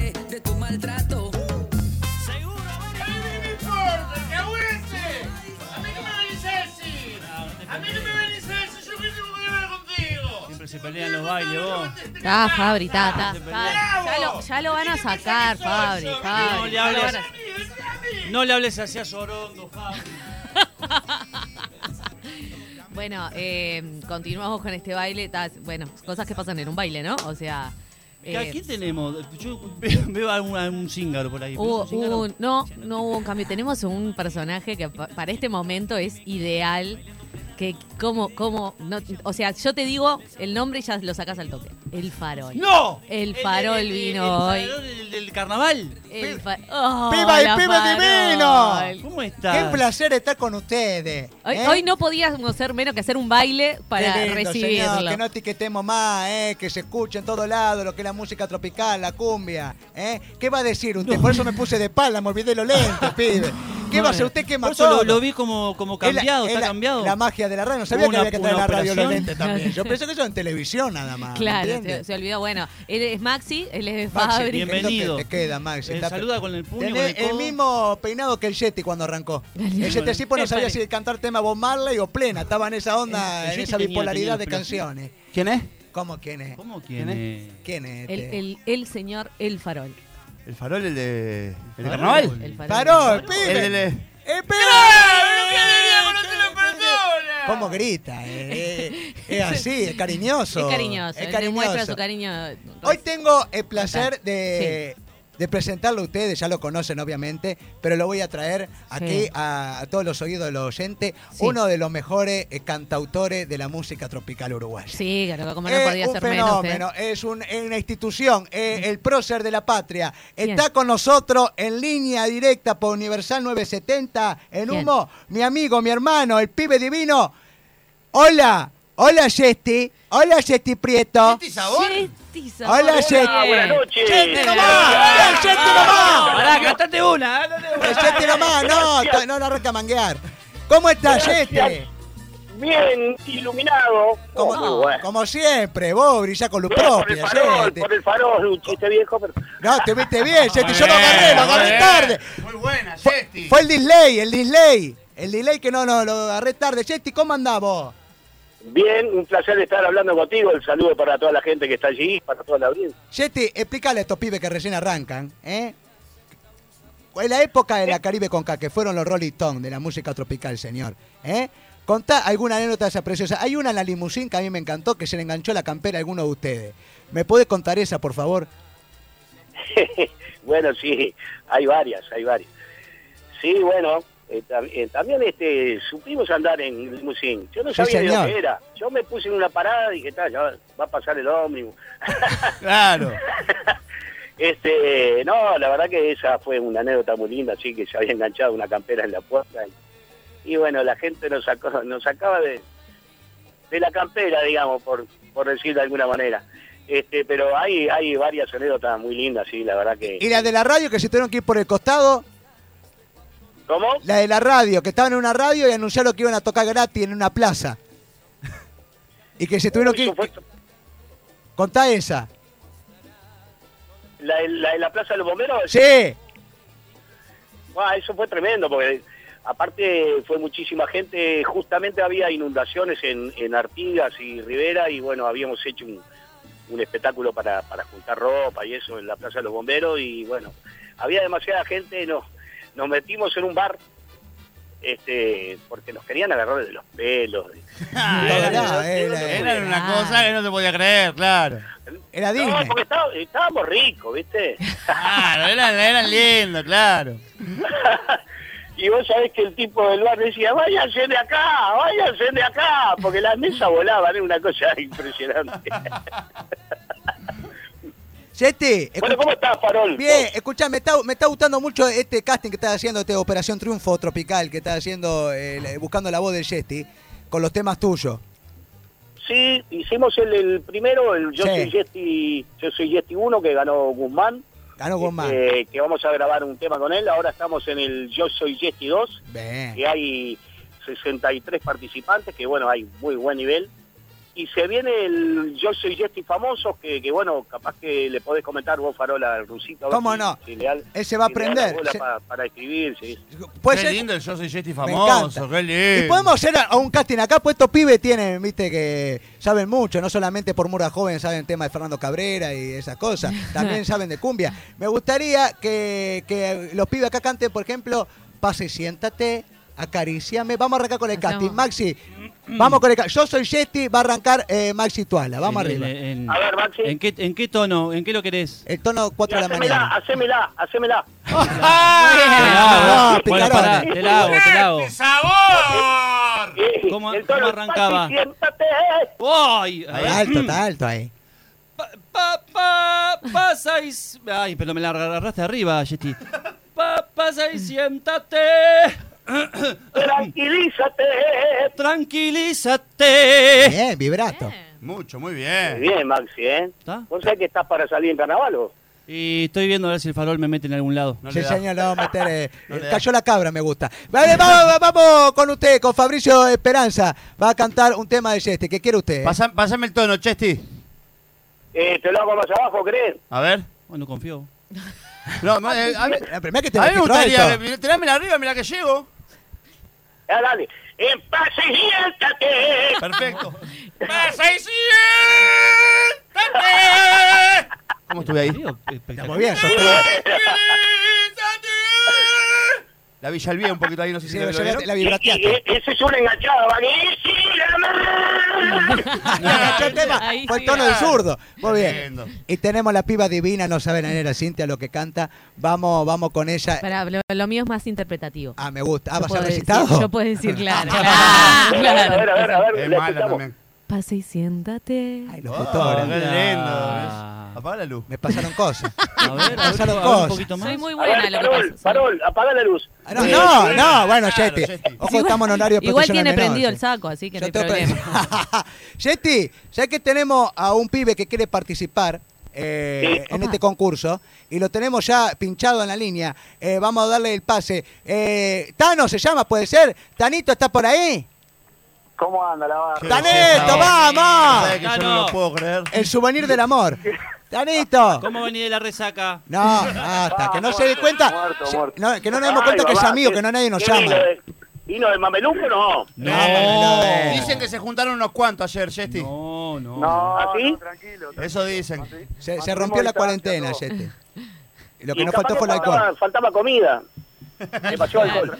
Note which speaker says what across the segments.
Speaker 1: eh, de tu maltrato.
Speaker 2: Seguro,
Speaker 3: A mí no me importa, que abuese. A mí no me venís a decir. A mí no me venís a decir. Yo me tengo que hablar contigo.
Speaker 2: Siempre se pelean los bailes, vos.
Speaker 4: Está, Ah, Fabri, está, está.
Speaker 3: Bravo.
Speaker 4: Ya lo, ya lo van a sacar,
Speaker 3: ¿Qué piensas
Speaker 4: Fabri,
Speaker 3: que soy yo?
Speaker 4: Fabri.
Speaker 2: No le
Speaker 4: ya lo
Speaker 2: hables.
Speaker 4: van a-
Speaker 3: Vení, vení a mí.
Speaker 2: No le hables así a Sorondo, Fabio.
Speaker 4: Bueno, eh, continuamos con este baile. ta- Bueno, cosas que pasan en un baile, ¿no? O sea. eh,
Speaker 2: ¿Qué tenemos? Yo veo, veo algún, algún cíngaro por ahí. ¿Tenés
Speaker 4: Hubo,
Speaker 2: un cíngaro?
Speaker 4: hubo un- no, no hubo un cambio. Tenemos un personaje que pa- para este momento es ideal. Que como, como, no, o sea, yo te digo el nombre y ya lo sacas al toque. El farol.
Speaker 2: ¡No!
Speaker 4: El farol vino
Speaker 2: el, farol del- del carnaval.
Speaker 4: El fa- ¡Oh,
Speaker 5: ¡Piba y
Speaker 4: la
Speaker 5: pibe
Speaker 4: farol!
Speaker 5: divino!
Speaker 2: ¿Cómo estás?
Speaker 5: Qué placer estar con ustedes.
Speaker 4: Hoy,
Speaker 5: ¿eh?
Speaker 4: hoy no podíamos hacer menos que hacer un baile para
Speaker 5: Qué lindo,
Speaker 4: recibirlo.
Speaker 5: señor, que no etiquetemos más, ¿eh? que se escuche en todo lado lo que es la música tropical, la cumbia. ¿eh? ¿Qué va a decir usted? Por eso me puse de espalda, me olvidé los lentes, pibe. ¿Qué va a hacer usted que
Speaker 2: Por
Speaker 5: mató?
Speaker 2: eso lo, lo vi como, como cambiado,
Speaker 5: Es la-
Speaker 2: está
Speaker 5: es la-
Speaker 2: cambiado.
Speaker 5: La magia de la radio. No sabía
Speaker 2: Una-
Speaker 5: que había que estar en
Speaker 2: una
Speaker 5: la radio los
Speaker 2: operación.
Speaker 5: lentes también. Yo pensé que eso en televisión nada más. Ah, ¿me
Speaker 4: Claro,
Speaker 5: entiendes?
Speaker 4: se, se olvidó. Bueno, él es Maxi, él es
Speaker 5: Maxi,
Speaker 4: Fabri.
Speaker 5: ¿qué es lo que
Speaker 2: Bienvenido.
Speaker 5: Te queda, Maxi.
Speaker 2: Eh,
Speaker 5: Está-
Speaker 2: saluda con el puño, con el
Speaker 5: Tenés
Speaker 2: codo.
Speaker 5: el mismo peinado que el Yeti cuando arrancó. El Yeti Sipo no sabía si cantar tema Bob Marley o plena. Estaba en esa onda,
Speaker 2: Eh, El- el
Speaker 5: en
Speaker 2: Yeti
Speaker 5: esa
Speaker 2: tenía- tenía
Speaker 5: bipolaridad
Speaker 2: los
Speaker 5: de
Speaker 2: pelos.
Speaker 5: canciones.
Speaker 6: ¿Quién es?
Speaker 5: ¿Cómo quién es?
Speaker 2: ¿Cómo quién es?
Speaker 5: ¿Quién es?
Speaker 4: El,
Speaker 5: este?
Speaker 4: el- el señor El Farol.
Speaker 6: ¿El farol, el de. ¿El
Speaker 2: farol?
Speaker 6: de carnaval?
Speaker 5: Mm.
Speaker 4: El farol.
Speaker 5: ¡Paró,
Speaker 6: El
Speaker 5: pibe!
Speaker 6: de. le-
Speaker 5: ¡Eh, pibe!
Speaker 3: Claro, ¿qué diríamos? No te lo perdona.
Speaker 5: ¿Cómo grita? eh, eh, es así, es cariñoso.
Speaker 4: Es cariñoso,
Speaker 5: Es
Speaker 4: él demuestra
Speaker 5: cariñoso.
Speaker 4: su cariño.
Speaker 5: Hoy tengo el placer de, de presentarlo a ustedes, ya lo conocen obviamente, pero lo voy a traer aquí
Speaker 4: Sí.
Speaker 5: a, a todos los oídos de los oyentes,
Speaker 4: Sí.
Speaker 5: uno de los mejores eh, cantautores de la música tropical uruguaya.
Speaker 4: Sí, claro, como no
Speaker 5: es
Speaker 4: podía
Speaker 5: un
Speaker 4: ser menos.
Speaker 5: fenómeno,
Speaker 4: ¿eh?
Speaker 5: es, un- es una institución, eh, el prócer de la patria.
Speaker 4: Bien.
Speaker 5: Está con nosotros en línea directa por Universal 970, en
Speaker 4: Bien.
Speaker 5: humo, mi amigo, mi hermano, el pibe divino. Hola, hola Yesti, hola Yesti Prieto.
Speaker 3: ¿Este sabor?
Speaker 4: Yeti Sabor.
Speaker 5: Hola,
Speaker 4: Muy
Speaker 5: Yeti.
Speaker 4: bien.
Speaker 7: Buenas noches.
Speaker 5: ¡Yeti nomás! ¡El Yeti nomás!
Speaker 2: Ah, Pará, cantate una, ah, cantate una.
Speaker 5: El Yeti nomás, no, to- no lo arranca a manguear. ¿Cómo estás, Yeti?
Speaker 7: Bien iluminado.
Speaker 5: Como,
Speaker 7: Oh, muy bueno.
Speaker 5: como siempre, vos brillás con luz
Speaker 7: Bien, por el
Speaker 5: propia,
Speaker 7: farol,
Speaker 5: Yeti.
Speaker 7: por el farol, un chiste viejo, pero
Speaker 5: No, te viste bien, Yeti, yo lo
Speaker 2: bien,
Speaker 5: agarré, lo
Speaker 2: muy
Speaker 5: agarré
Speaker 2: bien.
Speaker 5: tarde.
Speaker 3: Muy buena, Sesti.
Speaker 5: Fue el delay, el delay. El delay que no, no, lo agarré tarde. Yeti, ¿cómo andás vos?
Speaker 7: bien, un placer estar hablando contigo. El saludo para toda la gente que está allí, para toda la audiencia.
Speaker 5: Yeti, explícale a estos pibes que recién arrancan, ¿eh? En la época de la Caribe Conca, que fueron los Rolling Stones de la música tropical, señor, ¿eh? Contá alguna anécdota de esa preciosa. Hay una en la limusín que a mí me encantó, que se le enganchó la campera a alguno de ustedes. ¿Me puede contar esa, por favor?
Speaker 7: bueno, sí, hay varias, hay varias. Sí, bueno, eh, tam- eh, también este, supimos andar en limusín. Yo no
Speaker 5: Sí,
Speaker 7: sabía de
Speaker 5: señor.
Speaker 7: dónde era. Yo me puse en una parada y dije, "Tá, ya va a pasar el ómnibus.
Speaker 6: Claro.
Speaker 7: Este, no, la verdad que esa fue una anécdota muy linda, así que se había enganchado una campera en la puerta. Y, y bueno, la gente nos, sacó, nos sacaba de, de la campera, digamos, por, por decir de alguna manera. Este, pero hay, hay varias anécdotas muy lindas, sí, la verdad que...
Speaker 5: Y la de la radio, que se tuvieron que ir por el costado.
Speaker 7: ¿Cómo?
Speaker 5: La de la radio, que estaban en una radio y anunciaron que iban a tocar gratis en una plaza. Y que se tuvieron que ir.
Speaker 7: Eso fue-
Speaker 5: Contá esa.
Speaker 7: la, de- la de la Plaza de los Bomberos,
Speaker 5: Sí.
Speaker 7: Ah, eso fue tremendo, porque aparte fue muchísima gente, justamente había inundaciones en, en Artigas y Rivera y bueno, habíamos hecho un, un espectáculo para, para juntar ropa y eso en la Plaza de los Bomberos y bueno, había demasiada gente, nos, nos metimos en un bar. Este, porque nos querían agarrar de los pelos. Ah,
Speaker 5: Ah, Era,
Speaker 6: Era una
Speaker 4: Ah.
Speaker 6: cosa que no se podía creer, claro.
Speaker 5: era
Speaker 7: No,
Speaker 5: Disney.
Speaker 7: porque está- estábamos ricos, ¿viste?
Speaker 6: Claro, eran, eran lindos, claro.
Speaker 7: Y vos sabés que el tipo del bar decía, váyanse de acá, váyanse de acá, porque las mesas volaban, era una cosa impresionante.
Speaker 5: Yeti, escu-
Speaker 7: bueno, ¿cómo estás, Farol?
Speaker 5: bien, escuchá, me está, me está gustando mucho este casting que estás haciendo, este Operación Triunfo Tropical que estás haciendo, eh, la- buscando la voz del Yeti, con los temas tuyos.
Speaker 7: Sí, hicimos el, el primero, el Yo
Speaker 5: Sí.
Speaker 7: soy Yesti, yo soy Yesti 1 que ganó Guzmán,
Speaker 5: Ganó Guzmán.
Speaker 7: este, que vamos a grabar un tema con él. Ahora estamos en el Yo soy Yesti 2,
Speaker 5: Bien.
Speaker 7: que hay 63 participantes, que bueno, hay muy buen nivel. Y se viene el Yo Soy Jesti Famoso, que, que, bueno, capaz que le podés comentar vos, Farola, al rusito. a ver
Speaker 5: ¿Cómo
Speaker 7: si-
Speaker 5: no?
Speaker 7: si le da-
Speaker 5: Él se va a
Speaker 7: si le da la
Speaker 5: aprender,
Speaker 7: bola
Speaker 5: se-
Speaker 7: pa- para escribir, sí.
Speaker 5: Puede
Speaker 6: qué
Speaker 5: ser-
Speaker 6: lindo el Yo Soy Yeti
Speaker 5: Me
Speaker 6: famoso,
Speaker 5: encanta.
Speaker 6: qué lindo.
Speaker 5: Y podemos hacer a a un casting acá, pues estos pibes tienen, viste, que saben mucho, no solamente por Mura Joven saben temas de Fernando Cabrera y esas cosas, también saben de cumbia. Me gustaría que, que los pibes acá canten, por ejemplo, pase y siéntate, acaríciame. Vamos a arrancar con el casting.
Speaker 4: Hacemos.
Speaker 5: Maxi, vamos con el casting. Yo soy Yeti, va a arrancar eh, Maxi Tuala. Vamos
Speaker 2: En-
Speaker 5: arriba.
Speaker 2: en- en-
Speaker 7: A ver, Maxi.
Speaker 2: ¿En qué, ¿En qué tono? ¿En qué lo querés?
Speaker 5: El tono 4 de la
Speaker 7: Hacémela,
Speaker 5: mañana.
Speaker 7: hacémela, hacémela.
Speaker 5: Ah,
Speaker 2: te la hago. Bueno, pará,
Speaker 5: picarones.
Speaker 2: te la hago, te la hago.
Speaker 3: ¡Qué sabor!
Speaker 2: ¿Cómo- cómo
Speaker 7: El tono es, "Pase y
Speaker 2: arrancaba?"
Speaker 7: Siéntate.
Speaker 2: ¡Ay! A ver.
Speaker 5: Está alto, está alto ahí.
Speaker 2: Pa, pa, pa, pasa y... s- Ay, pero me la agarraste arriba, Yeti. Pa, pasa y siéntate.
Speaker 7: Tranquilízate.
Speaker 2: Tranquilízate.
Speaker 5: Bien, vibrato.
Speaker 4: Eh.
Speaker 6: Mucho, muy bien.
Speaker 7: Bien, Maxi, ¿eh?
Speaker 2: ¿Está?
Speaker 7: ¿Vos sabés que estás para salir en carnaval vos?
Speaker 2: Y estoy viendo a ver si el farol me mete en algún lado.
Speaker 6: No
Speaker 5: Sí,
Speaker 6: le da.
Speaker 5: señor, lo vamos a meter. eh,
Speaker 6: No
Speaker 5: eh,
Speaker 6: le da.
Speaker 5: cayó la cabra, me gusta. Vale, vamos, vamos con usted, con Fabricio Esperanza. Va a cantar un tema de Yeste. ¿Qué quiere usted? eh?
Speaker 6: Pasá- Pasame el tono, Chesti.
Speaker 7: Eh, te lo hago más abajo, ¿crees?
Speaker 6: A ver.
Speaker 2: Bueno, confío.
Speaker 6: No, no, eh, a, mí-
Speaker 5: La primera que te
Speaker 6: a mí me
Speaker 5: registró
Speaker 6: gustaría.
Speaker 5: esto.
Speaker 6: que- Tirámela arriba, mira que llego.
Speaker 7: Ya, dale. En pase y siéntate.
Speaker 6: Perfecto.
Speaker 3: ¡Pasa y siéntate!
Speaker 6: ¿Cómo estuve ahí?
Speaker 2: Confío, espectacular.
Speaker 5: Muy bien, sos tú.
Speaker 3: ¡Tranquilízate!
Speaker 6: La Villalbía un poquito ahí, no sé si
Speaker 5: Sí,
Speaker 6: lo
Speaker 5: llegaste-
Speaker 6: vieron.
Speaker 5: la
Speaker 7: Y- y-
Speaker 5: vibrateaste.
Speaker 7: Ese es una enganchada, ¿va? Y sígueme.
Speaker 5: Enganchó el tema,
Speaker 4: Ahí
Speaker 5: Fue el
Speaker 4: sí,
Speaker 5: tono del zurdo. Muy bien.
Speaker 6: Tremendo.
Speaker 5: Y tenemos la piba divina, no sabe era Cintia lo que canta. Vamos, vamos con ella.
Speaker 4: Pará, lo, lo mío es más interpretativo.
Speaker 5: Ah, me gusta. Ah,
Speaker 4: Yo
Speaker 5: ¿vas a
Speaker 4: puedo decir-
Speaker 5: recitado?
Speaker 4: Yo puedo decir, claro.
Speaker 7: A
Speaker 4: claro,
Speaker 7: ver, a ver, a ver, a
Speaker 4: claro.
Speaker 7: ver,
Speaker 6: Es
Speaker 7: la
Speaker 6: mala
Speaker 7: escuchamos.
Speaker 6: también.
Speaker 4: Pasa y siéntate.
Speaker 5: Ay,
Speaker 6: Oh,
Speaker 5: locutora.
Speaker 6: qué lindo.
Speaker 2: Ah.
Speaker 6: Apaga la luz.
Speaker 5: Me pasaron cosas.
Speaker 2: A ver, a ver,
Speaker 5: Pasaron
Speaker 2: a ver un
Speaker 5: cosas.
Speaker 2: poquito más.
Speaker 4: Soy muy
Speaker 7: A
Speaker 4: buena
Speaker 7: ver,
Speaker 4: en lo que
Speaker 7: Farol,
Speaker 4: pasa.
Speaker 7: Farol, apaga la luz.
Speaker 5: Ah, No,
Speaker 7: Eh,
Speaker 5: no, no, bueno,
Speaker 6: claro,
Speaker 5: Yeti.
Speaker 6: Yeti.
Speaker 5: Ojo, estamos en horario
Speaker 4: Igual tiene
Speaker 5: profesional menor,
Speaker 4: prendido
Speaker 5: sí.
Speaker 4: el saco, así que no
Speaker 5: eh. Yo
Speaker 4: hay
Speaker 5: te pre-
Speaker 4: problema.
Speaker 5: Yeti, ya que tenemos a un pibe que quiere participar eh,
Speaker 7: Sí.
Speaker 5: en
Speaker 4: Opa.
Speaker 5: este concurso y lo tenemos ya pinchado en la línea, eh, vamos a darle el pase. Eh, Tano se llama, puede ser. Tanito, ¿estás por ahí?
Speaker 7: ¿Cómo anda la
Speaker 6: Sí.
Speaker 7: barra?
Speaker 5: Tanito,
Speaker 6: sí.
Speaker 5: vamos.
Speaker 6: ¿Sabes que yo no lo puedo creer?
Speaker 5: El souvenir del amor. Tanito.
Speaker 2: ¿Cómo venís de la resaca?
Speaker 5: No, hasta que no se dé cuenta,
Speaker 7: Muerto,
Speaker 5: se-
Speaker 7: muerto.
Speaker 5: no, que no nos demos cuenta
Speaker 7: Ay,
Speaker 5: que es
Speaker 7: papá,
Speaker 5: amigo,
Speaker 7: ¿qué-
Speaker 5: que no nadie nos
Speaker 7: qué
Speaker 5: llama.
Speaker 7: vino de- ¿Vino de Mameluco no?
Speaker 5: No, no, no.
Speaker 6: Dicen que se juntaron unos cuantos ayer, Chesti.
Speaker 2: No, no.
Speaker 7: ¿Así?
Speaker 6: Eso
Speaker 5: ¿Ah,
Speaker 6: dicen.
Speaker 5: Se, se rompió la cuarentena, Yeti. Y Lo que
Speaker 7: Y
Speaker 5: nos
Speaker 7: capaz
Speaker 5: faltó fue el
Speaker 7: faltaba-
Speaker 5: alcohol.
Speaker 7: Faltaba comida. Le pasó alcohol.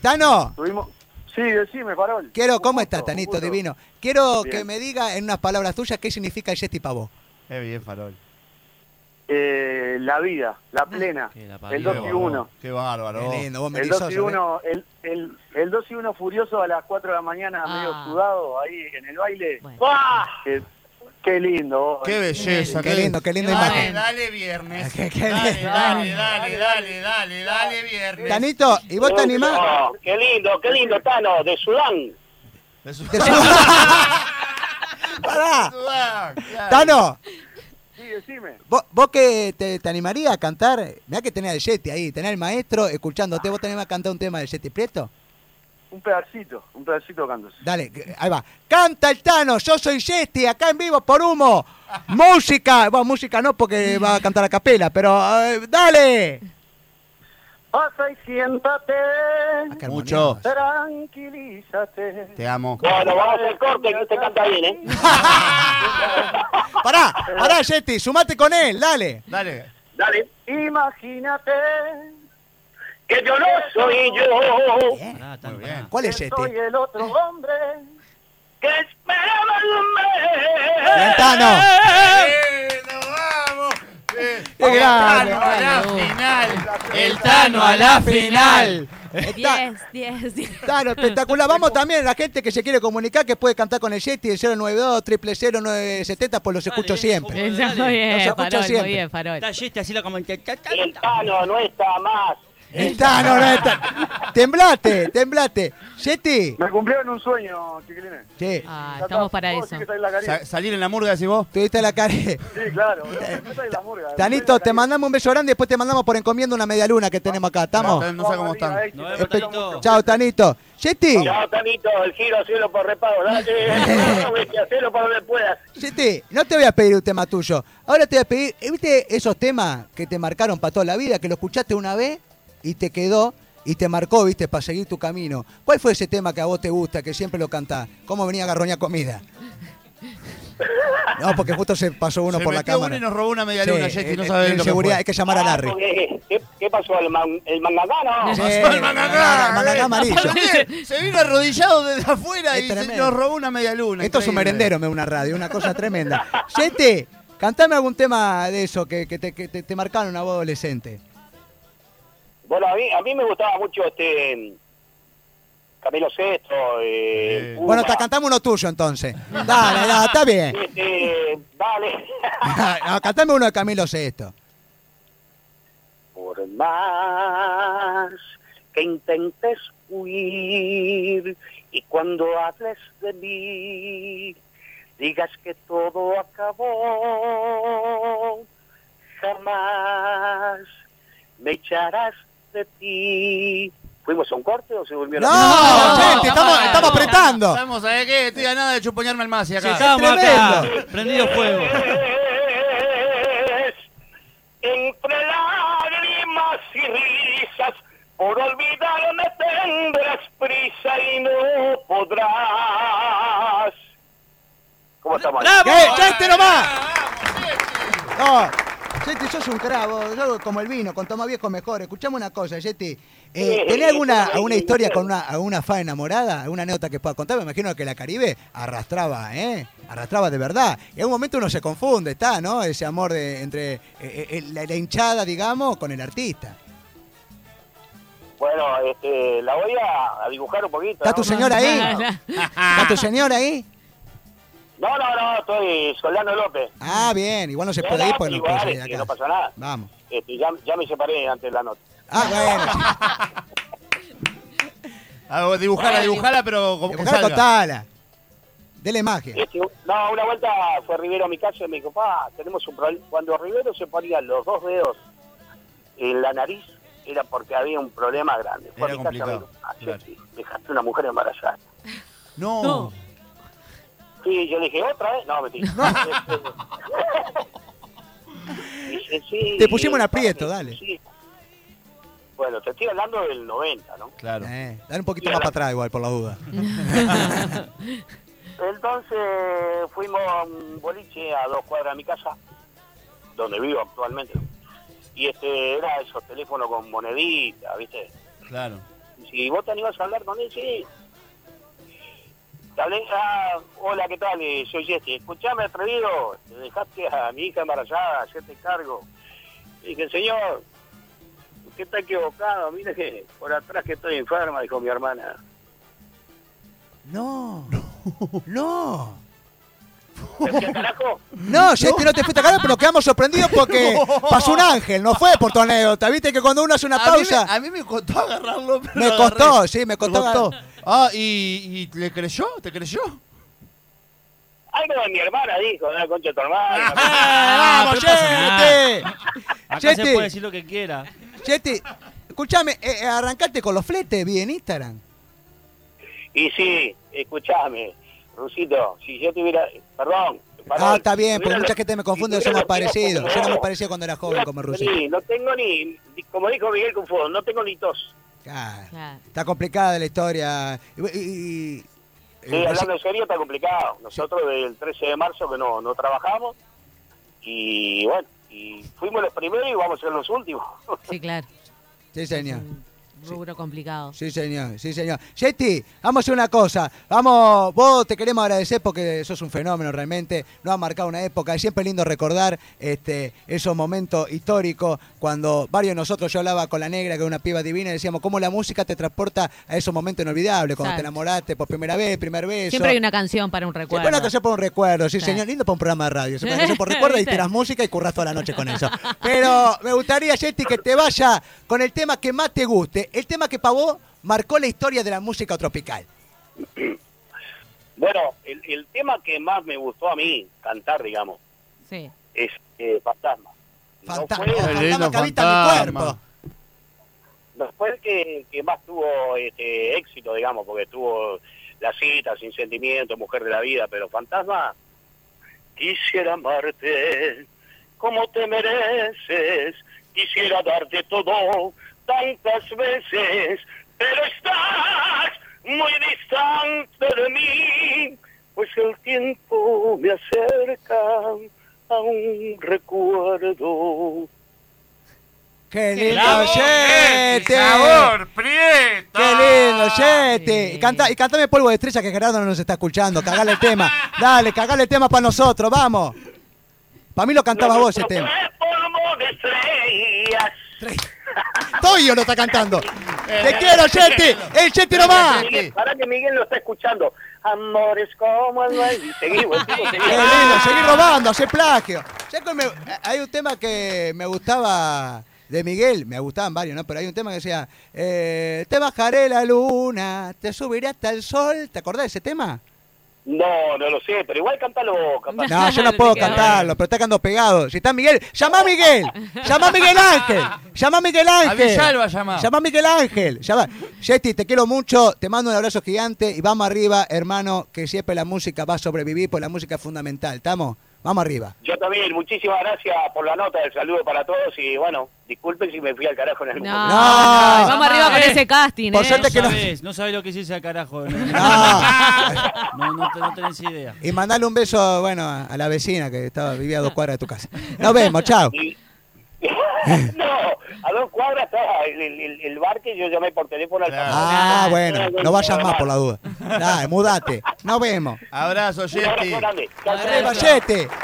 Speaker 5: Tano,
Speaker 1: Sí, decime, farol.
Speaker 5: Quiero,
Speaker 1: Un
Speaker 5: ¿cómo
Speaker 1: gusto,
Speaker 5: estás,
Speaker 1: un
Speaker 5: Tanito
Speaker 1: gusto.
Speaker 5: Divino? Quiero
Speaker 1: Bien.
Speaker 5: que me diga en unas palabras tuyas qué significa Yeti para vos.
Speaker 6: Qué bien, Farol.
Speaker 1: Eh, la vida, la plena,
Speaker 2: que la
Speaker 1: el
Speaker 2: parió.
Speaker 1: 2 y 1.
Speaker 6: Qué bárbaro.
Speaker 5: Qué lindo, vos
Speaker 1: El
Speaker 5: merizoso,
Speaker 1: 2 y
Speaker 5: ¿eh?
Speaker 1: 1, el, el, el 2 y 1 furioso a las 4 de la mañana,
Speaker 4: Ah.
Speaker 1: medio sudado, ahí en el baile.
Speaker 4: Bueno.
Speaker 7: ¡Buah!
Speaker 1: Qué, qué lindo. vos.
Speaker 6: Qué belleza.
Speaker 5: Qué lindo, qué linda
Speaker 4: Qué
Speaker 5: imagen.
Speaker 4: bueno.
Speaker 6: dale viernes.
Speaker 5: Qué- qué
Speaker 6: dale,
Speaker 5: lindo.
Speaker 6: dale, dale, dale, dale, dale viernes.
Speaker 5: Tanito, ¿y vos te animás?
Speaker 7: Oh, ¡Qué lindo, qué lindo, Tano! De Sudán.
Speaker 6: De su-
Speaker 5: Te sub- Pará.
Speaker 6: Sudán, claro.
Speaker 5: Tano,
Speaker 1: Sí, decime.
Speaker 5: ¿vos, vos que te, te animarías a cantar? Mirá que tenés al Yeti ahí, tenés al maestro escuchándote, ¿vos te animás a cantar un tema del Yeti Prieto?
Speaker 1: Un pedacito, un pedacito canto.
Speaker 5: Dale, que- ahí va. Canta el Tano, yo soy Yeti, acá en vivo por humo. Música, bueno, música no porque va a cantar a capela, pero eh, dale.
Speaker 1: Pasa y siéntate,
Speaker 5: Ah, qué
Speaker 6: Mucho.
Speaker 5: armonioso.
Speaker 1: tranquilízate.
Speaker 6: Te amo.
Speaker 7: Bueno, vamos al corte, que usted canta bien, ¿eh?
Speaker 5: Pará, pará, Yeti, sumate con él, dale.
Speaker 6: Dale.
Speaker 7: Dale.
Speaker 1: Imagínate
Speaker 7: Que yo no soy yo,
Speaker 2: Pará, Tano,
Speaker 6: Muy bien.
Speaker 2: pará.
Speaker 5: ¿Cuál
Speaker 1: que
Speaker 5: es Yeti?
Speaker 1: soy el otro hombre.
Speaker 7: que esperaba
Speaker 5: Bien,
Speaker 7: el
Speaker 5: Tano.
Speaker 6: Eh, nos vamos. Eh, el
Speaker 5: grande,
Speaker 6: Tano a la
Speaker 4: Tano.
Speaker 6: final. El Tano a la final.
Speaker 4: 10, 10, 10.
Speaker 5: Claro, espectacular. Vamos también a la gente que se quiere comunicar, que puede cantar con el Yeti, el 092 000 970 pues los
Speaker 2: Dale,
Speaker 5: escucho
Speaker 2: hijo,
Speaker 5: siempre.
Speaker 2: dale.
Speaker 4: Eh, Muy bien,
Speaker 5: escucho
Speaker 4: Farol, Ah, muy
Speaker 5: siempre.
Speaker 4: bien, Farol.
Speaker 2: Está Yesti así la comenta.
Speaker 7: El Tano no está más.
Speaker 5: Está, no, no, está. Temblate, temblate. Yeti.
Speaker 1: Me cumplieron un sueño, chiquilines.
Speaker 5: Sí.
Speaker 4: Ah,
Speaker 1: Ya
Speaker 4: estamos
Speaker 1: está.
Speaker 4: para
Speaker 1: Vos
Speaker 4: eso.
Speaker 1: sí que salís la carita.
Speaker 6: Sa- salir en la murga, decís vos.
Speaker 5: Tuviste la cara.
Speaker 1: Sí, claro. boludo. No salís la murga.
Speaker 5: Tanito, te
Speaker 1: mandamos
Speaker 5: mandamos un beso grande y después te mandamos por encomienda una media luna que tenemos acá. ¿Estamos? eh.
Speaker 6: No sé cómo están.
Speaker 2: Nos vemos,
Speaker 5: Espe-
Speaker 2: Tanito.
Speaker 5: Chao, Tanito. Yeti.
Speaker 7: Chao, Tanito, el giro, hacelo por repago. Dale, hacelo por donde puedas.
Speaker 5: Yeti, no te voy a pedir un tema tuyo. Ahora te voy a pedir, eh, ¿viste esos temas que te marcaron para toda la vida, que lo escuchaste una vez y te quedó y te marcó, viste, para seguir tu camino? ¿Cuál fue ese tema que a vos te gusta, que siempre lo cantás? ¿Cómo venía Garroña Comida? No, porque justo se pasó uno
Speaker 6: Se
Speaker 5: por la
Speaker 6: metió uno
Speaker 5: cámara.
Speaker 6: y nos robó una media luna,
Speaker 5: Sí, eh,
Speaker 6: Yeti, no
Speaker 5: en-
Speaker 6: sabés
Speaker 5: en
Speaker 6: lo que
Speaker 5: seguridad,
Speaker 6: fue.
Speaker 5: hay que llamar a Larry.
Speaker 7: Ah, porque, ¿Qué, qué pasó? ¿El, man, el mangangano?
Speaker 5: Sí,
Speaker 6: Pasó el
Speaker 5: Eh,
Speaker 6: mangacá,
Speaker 5: el mangacá
Speaker 6: eh.
Speaker 5: amarillo.
Speaker 6: También, Se vino arrodillado desde afuera
Speaker 5: Es
Speaker 6: y se-
Speaker 5: tremendo.
Speaker 6: nos robó una media luna.
Speaker 5: Esto es un
Speaker 6: increíble.
Speaker 5: merendero, me una radio, una cosa tremenda. Yeti, cantame algún tema de eso que, que te, que te- te marcaron a vos adolescente.
Speaker 7: Bueno, a mí, a mí me gustaba mucho este mm, Camilo Sesto. Eh,
Speaker 6: Eh.
Speaker 7: Puma,
Speaker 5: Bueno, te cantamos uno tuyo entonces. Dale, dale, está bien.
Speaker 7: este, Dale.
Speaker 5: No, cantame uno de Camilo Sesto.
Speaker 7: Por más que intentes huir y cuando hables de mí, digas que todo acabó, jamás me echarás de ti. ¿Fuimos a un corte o se volvió
Speaker 5: No,
Speaker 7: la
Speaker 5: gente, estamos,
Speaker 2: no,
Speaker 5: estamos
Speaker 2: no.
Speaker 5: apretando.
Speaker 6: Estamos, ¿sabés qué? Estoy a nada de chuponearme al más y
Speaker 2: Sí,
Speaker 6: acá.
Speaker 2: estamos acá.
Speaker 5: Tremendo.
Speaker 2: Prendido fuego.
Speaker 7: Es Entre lágrimas y risas, por olvidarme tendrás prisa y no podrás. ¿Cómo estamos?
Speaker 5: ¡Qué!
Speaker 2: ¡Bravo!
Speaker 5: ¡Chete nomás! No, Yeti, sos un cravo, yo como el vino, con toma viejo mejor. Escuchame una cosa, Yeti. Eh, ¿Tenés alguna, alguna historia con una, alguna fa enamorada? ¿Alguna anécdota que puedas contar? Me imagino que la Caribe arrastraba, ¿eh? Arrastraba de verdad. Y en algún momento uno se confunde, está, ¿no? Ese amor de, entre eh, eh, la, la hinchada, digamos, con el artista.
Speaker 7: Bueno, este, la voy a, a dibujar un poquito.
Speaker 5: ¿Está
Speaker 7: ¿no?
Speaker 5: tu señora ahí? ¿Está tu señora ahí?
Speaker 7: No, no, no, estoy Solano López.
Speaker 5: Ah, bien, igual no se
Speaker 7: No,
Speaker 5: puede ir
Speaker 7: no,
Speaker 5: porque no
Speaker 7: igual,
Speaker 5: puede salir
Speaker 7: es
Speaker 5: de
Speaker 7: que no
Speaker 5: acá.
Speaker 7: pasa nada.
Speaker 5: Vamos.
Speaker 7: Este, ya, ya me separé antes de la nota.
Speaker 5: Ah, bueno.
Speaker 6: Ah, dibujala, dibujala, pero como que
Speaker 5: Dibujala,
Speaker 6: salga.
Speaker 5: contala. Dele magia.
Speaker 7: Este, no, una vuelta fue Rivero a mi casa y me dijo, pa, tenemos un problema. Cuando Rivero se ponía los dos dedos en la nariz, era porque había un problema grande. Fue
Speaker 6: Era
Speaker 7: a mi casa, me
Speaker 6: complicado,
Speaker 7: dijo, "Ah,
Speaker 6: claro.
Speaker 7: Ceci, dejaste una mujer embarazada.
Speaker 6: No.
Speaker 2: No.
Speaker 7: Sí, yo le dije, ¿otra vez? No, mentira. Dice, "Sí,
Speaker 5: Te pusimos en aprieto,
Speaker 7: sí,
Speaker 5: dale.
Speaker 7: sí". Bueno, te estoy hablando del 90, ¿no?
Speaker 6: Claro.
Speaker 5: Eh, dale un poquito más para atrás igual, por la duda.
Speaker 7: Entonces fuimos a un boliche a dos cuadras de mi casa, donde vivo actualmente. Y este era esos teléfonos con monedita, ¿viste?
Speaker 6: Claro.
Speaker 7: Y Si vos te animás a hablar con él, sí. Te hablé, ah, hola, ¿qué tal? Eh, Soy Jesse. Escuchame, atrevido, te dejaste a mi hija embarazada, yo te cargo. Y dije, señor, usted está equivocado, mire que por atrás que estoy enferma, dijo mi hermana.
Speaker 5: No. No.
Speaker 7: ¿Me fui al carajo?
Speaker 5: No, Yeti, no te fuiste a cagar, pero quedamos sorprendidos porque pasó un ángel, no fue por tu anécdota. Viste que cuando uno hace una
Speaker 6: A mí, me,
Speaker 5: pausa,
Speaker 6: a mí me costó agarrarlo. pero
Speaker 5: me,
Speaker 6: lo agarré.
Speaker 5: costó, sí, me costó.
Speaker 6: Ah, ¿y, ¿y le creyó? ¿Te creyó?
Speaker 7: Algo de mi hermana dijo, la concha de tu hermana.
Speaker 2: Ah,
Speaker 5: ¡Vamos,
Speaker 2: pero pasa nada.
Speaker 5: Yeti!
Speaker 2: Acá se puede
Speaker 5: Yeti,
Speaker 2: decir lo que quiera.
Speaker 5: Yeti, escúchame, eh, eh, arrancaste con los fletes, vi en Instagram.
Speaker 7: Y sí, escuchame, Rusito, si yo te hubiera... Perdón.
Speaker 5: Ah,
Speaker 7: perdón,
Speaker 5: está bien, porque
Speaker 7: hubiera-
Speaker 5: mucha gente me confunde,
Speaker 7: si
Speaker 5: somos
Speaker 7: hubiera-
Speaker 5: parecidos. Yo no me
Speaker 7: Claro.
Speaker 5: parecía cuando era joven como Rusi.
Speaker 7: Sí, no tengo ni, como dijo Miguel Confo, no tengo ni tos.
Speaker 5: Claro,
Speaker 4: Claro.
Speaker 5: Ah, está complicada la historia. Y- y- y-
Speaker 7: Sí,
Speaker 5: eh,
Speaker 7: hablando en serio está complicado. Nosotros del 13 de marzo que no, no trabajamos y bueno, y fuimos los primeros y vamos a ser los últimos.
Speaker 4: Sí, claro.
Speaker 5: Sí, señor.
Speaker 4: rubro complicado.
Speaker 5: Sí, señor, sí, señor. Yeti, vamos a hacer una cosa. Vamos, vos te queremos agradecer porque sos un fenómeno realmente. Nos ha marcado una época. Es siempre lindo recordar este, esos momentos históricos cuando varios de nosotros, yo hablaba con la negra, que es una piba divina, y decíamos cómo la música te transporta a esos momentos inolvidables, cuando te
Speaker 4: Exacto.
Speaker 5: enamoraste por primera vez, primer beso.
Speaker 4: Siempre hay una canción para un recuerdo.
Speaker 5: Siempre una canción por un recuerdo, sí,
Speaker 4: Sí.
Speaker 5: señor. Lindo para un programa de radio. Siempre una canción por un recuerdo y
Speaker 4: ¿Viste?
Speaker 5: tiras música y curras toda la noche con eso. Pero me gustaría, Yeti, que te vaya con el tema que más te guste. El tema que para vos marcó la historia de la música tropical.
Speaker 7: Bueno, el, el tema que más me gustó a mí cantar, digamos,
Speaker 4: Sí.
Speaker 7: es eh, Fantasma. No
Speaker 5: Fantasma.
Speaker 7: fue-
Speaker 5: oh,
Speaker 6: Qué
Speaker 5: fantasma
Speaker 6: lindo
Speaker 5: que habita mi
Speaker 6: fantasma.
Speaker 5: cuerpo.
Speaker 7: no fue el que, que más tuvo este, éxito, digamos, porque tuvo La Cita, Sin Sentimiento, Mujer de la Vida, pero Fantasma, quisiera amarte como te mereces, quisiera darte todo tantas veces, pero estás muy distante de mí, pues el tiempo me acerca a un recuerdo.
Speaker 5: Qué lindo,
Speaker 6: Bravo,
Speaker 3: eh,
Speaker 6: Messi,
Speaker 5: Yeti.
Speaker 6: ¡Sabor, Prieto!
Speaker 5: Qué lindo, Yeti.
Speaker 4: Sí.
Speaker 5: Y, canta, y cantame polvo de estrella que Gerardo no nos está escuchando. Cagale el tema. Dale, cagale el tema para nosotros, vamos. Para mí lo cantabas vos ese
Speaker 7: Nuestro
Speaker 5: tema.
Speaker 7: cuerpo de estrellas.
Speaker 5: Toyo lo está cantando. Te quiero, Yeti. El Yeti nomás.
Speaker 7: Miguel, Para que Miguel lo está escuchando. Amores como el nuestro. Y seguimos, seguimos,
Speaker 5: Qué
Speaker 7: seguimos.
Speaker 5: lindo, seguí robando, hacer plagio. Ya que me- hay un tema que me gustaba de Miguel, me gustaban varios, ¿no? Pero hay un tema que decía, eh, te bajaré la luna, te subiré hasta el sol. ¿Te acordás de ese tema?
Speaker 7: No, no lo sé, pero igual cántalo, capaz.
Speaker 5: No, yo no puedo cantarlo, pero está quedando pegado. Si está Miguel, llama a Miguel, llama a Miguel Ángel, llama a Miguel Ángel.
Speaker 6: A Villalba llama.
Speaker 5: Llama a Miguel Ángel. Llama. Yeti, te quiero mucho, te mando un abrazo gigante y vamos arriba, hermano, que siempre la música va a sobrevivir, porque la música es fundamental, ¿estamos? Vamos arriba.
Speaker 7: Yo también, muchísimas gracias por la nota, el saludo para todos y bueno, disculpen si me fui al carajo en el
Speaker 4: No,
Speaker 7: momento.
Speaker 5: No.
Speaker 4: vamos arriba con
Speaker 2: Eh.
Speaker 4: ese casting.
Speaker 5: Por
Speaker 4: eh.
Speaker 5: suerte-
Speaker 2: No
Speaker 5: Antes que no- Ah.
Speaker 2: sabés, no sabés lo que hice a carajo. No,
Speaker 5: No.
Speaker 2: no, no te- no tenés idea.
Speaker 5: Y mandale un beso, bueno, a a la vecina que estaba vivía a dos cuadras de tu casa. Nos vemos, chao.
Speaker 7: Y- no, a dos cuadras estaba el, el- el- el bar que yo llamé por teléfono al
Speaker 6: Claro.
Speaker 5: Ah, bueno, no vayas más por la duda. Dale, mudate. Nos vemos.
Speaker 6: Abrazo,
Speaker 7: Un abrazo
Speaker 6: Yeti.
Speaker 7: grande. Chau, chau.
Speaker 5: Arriba, Yeti.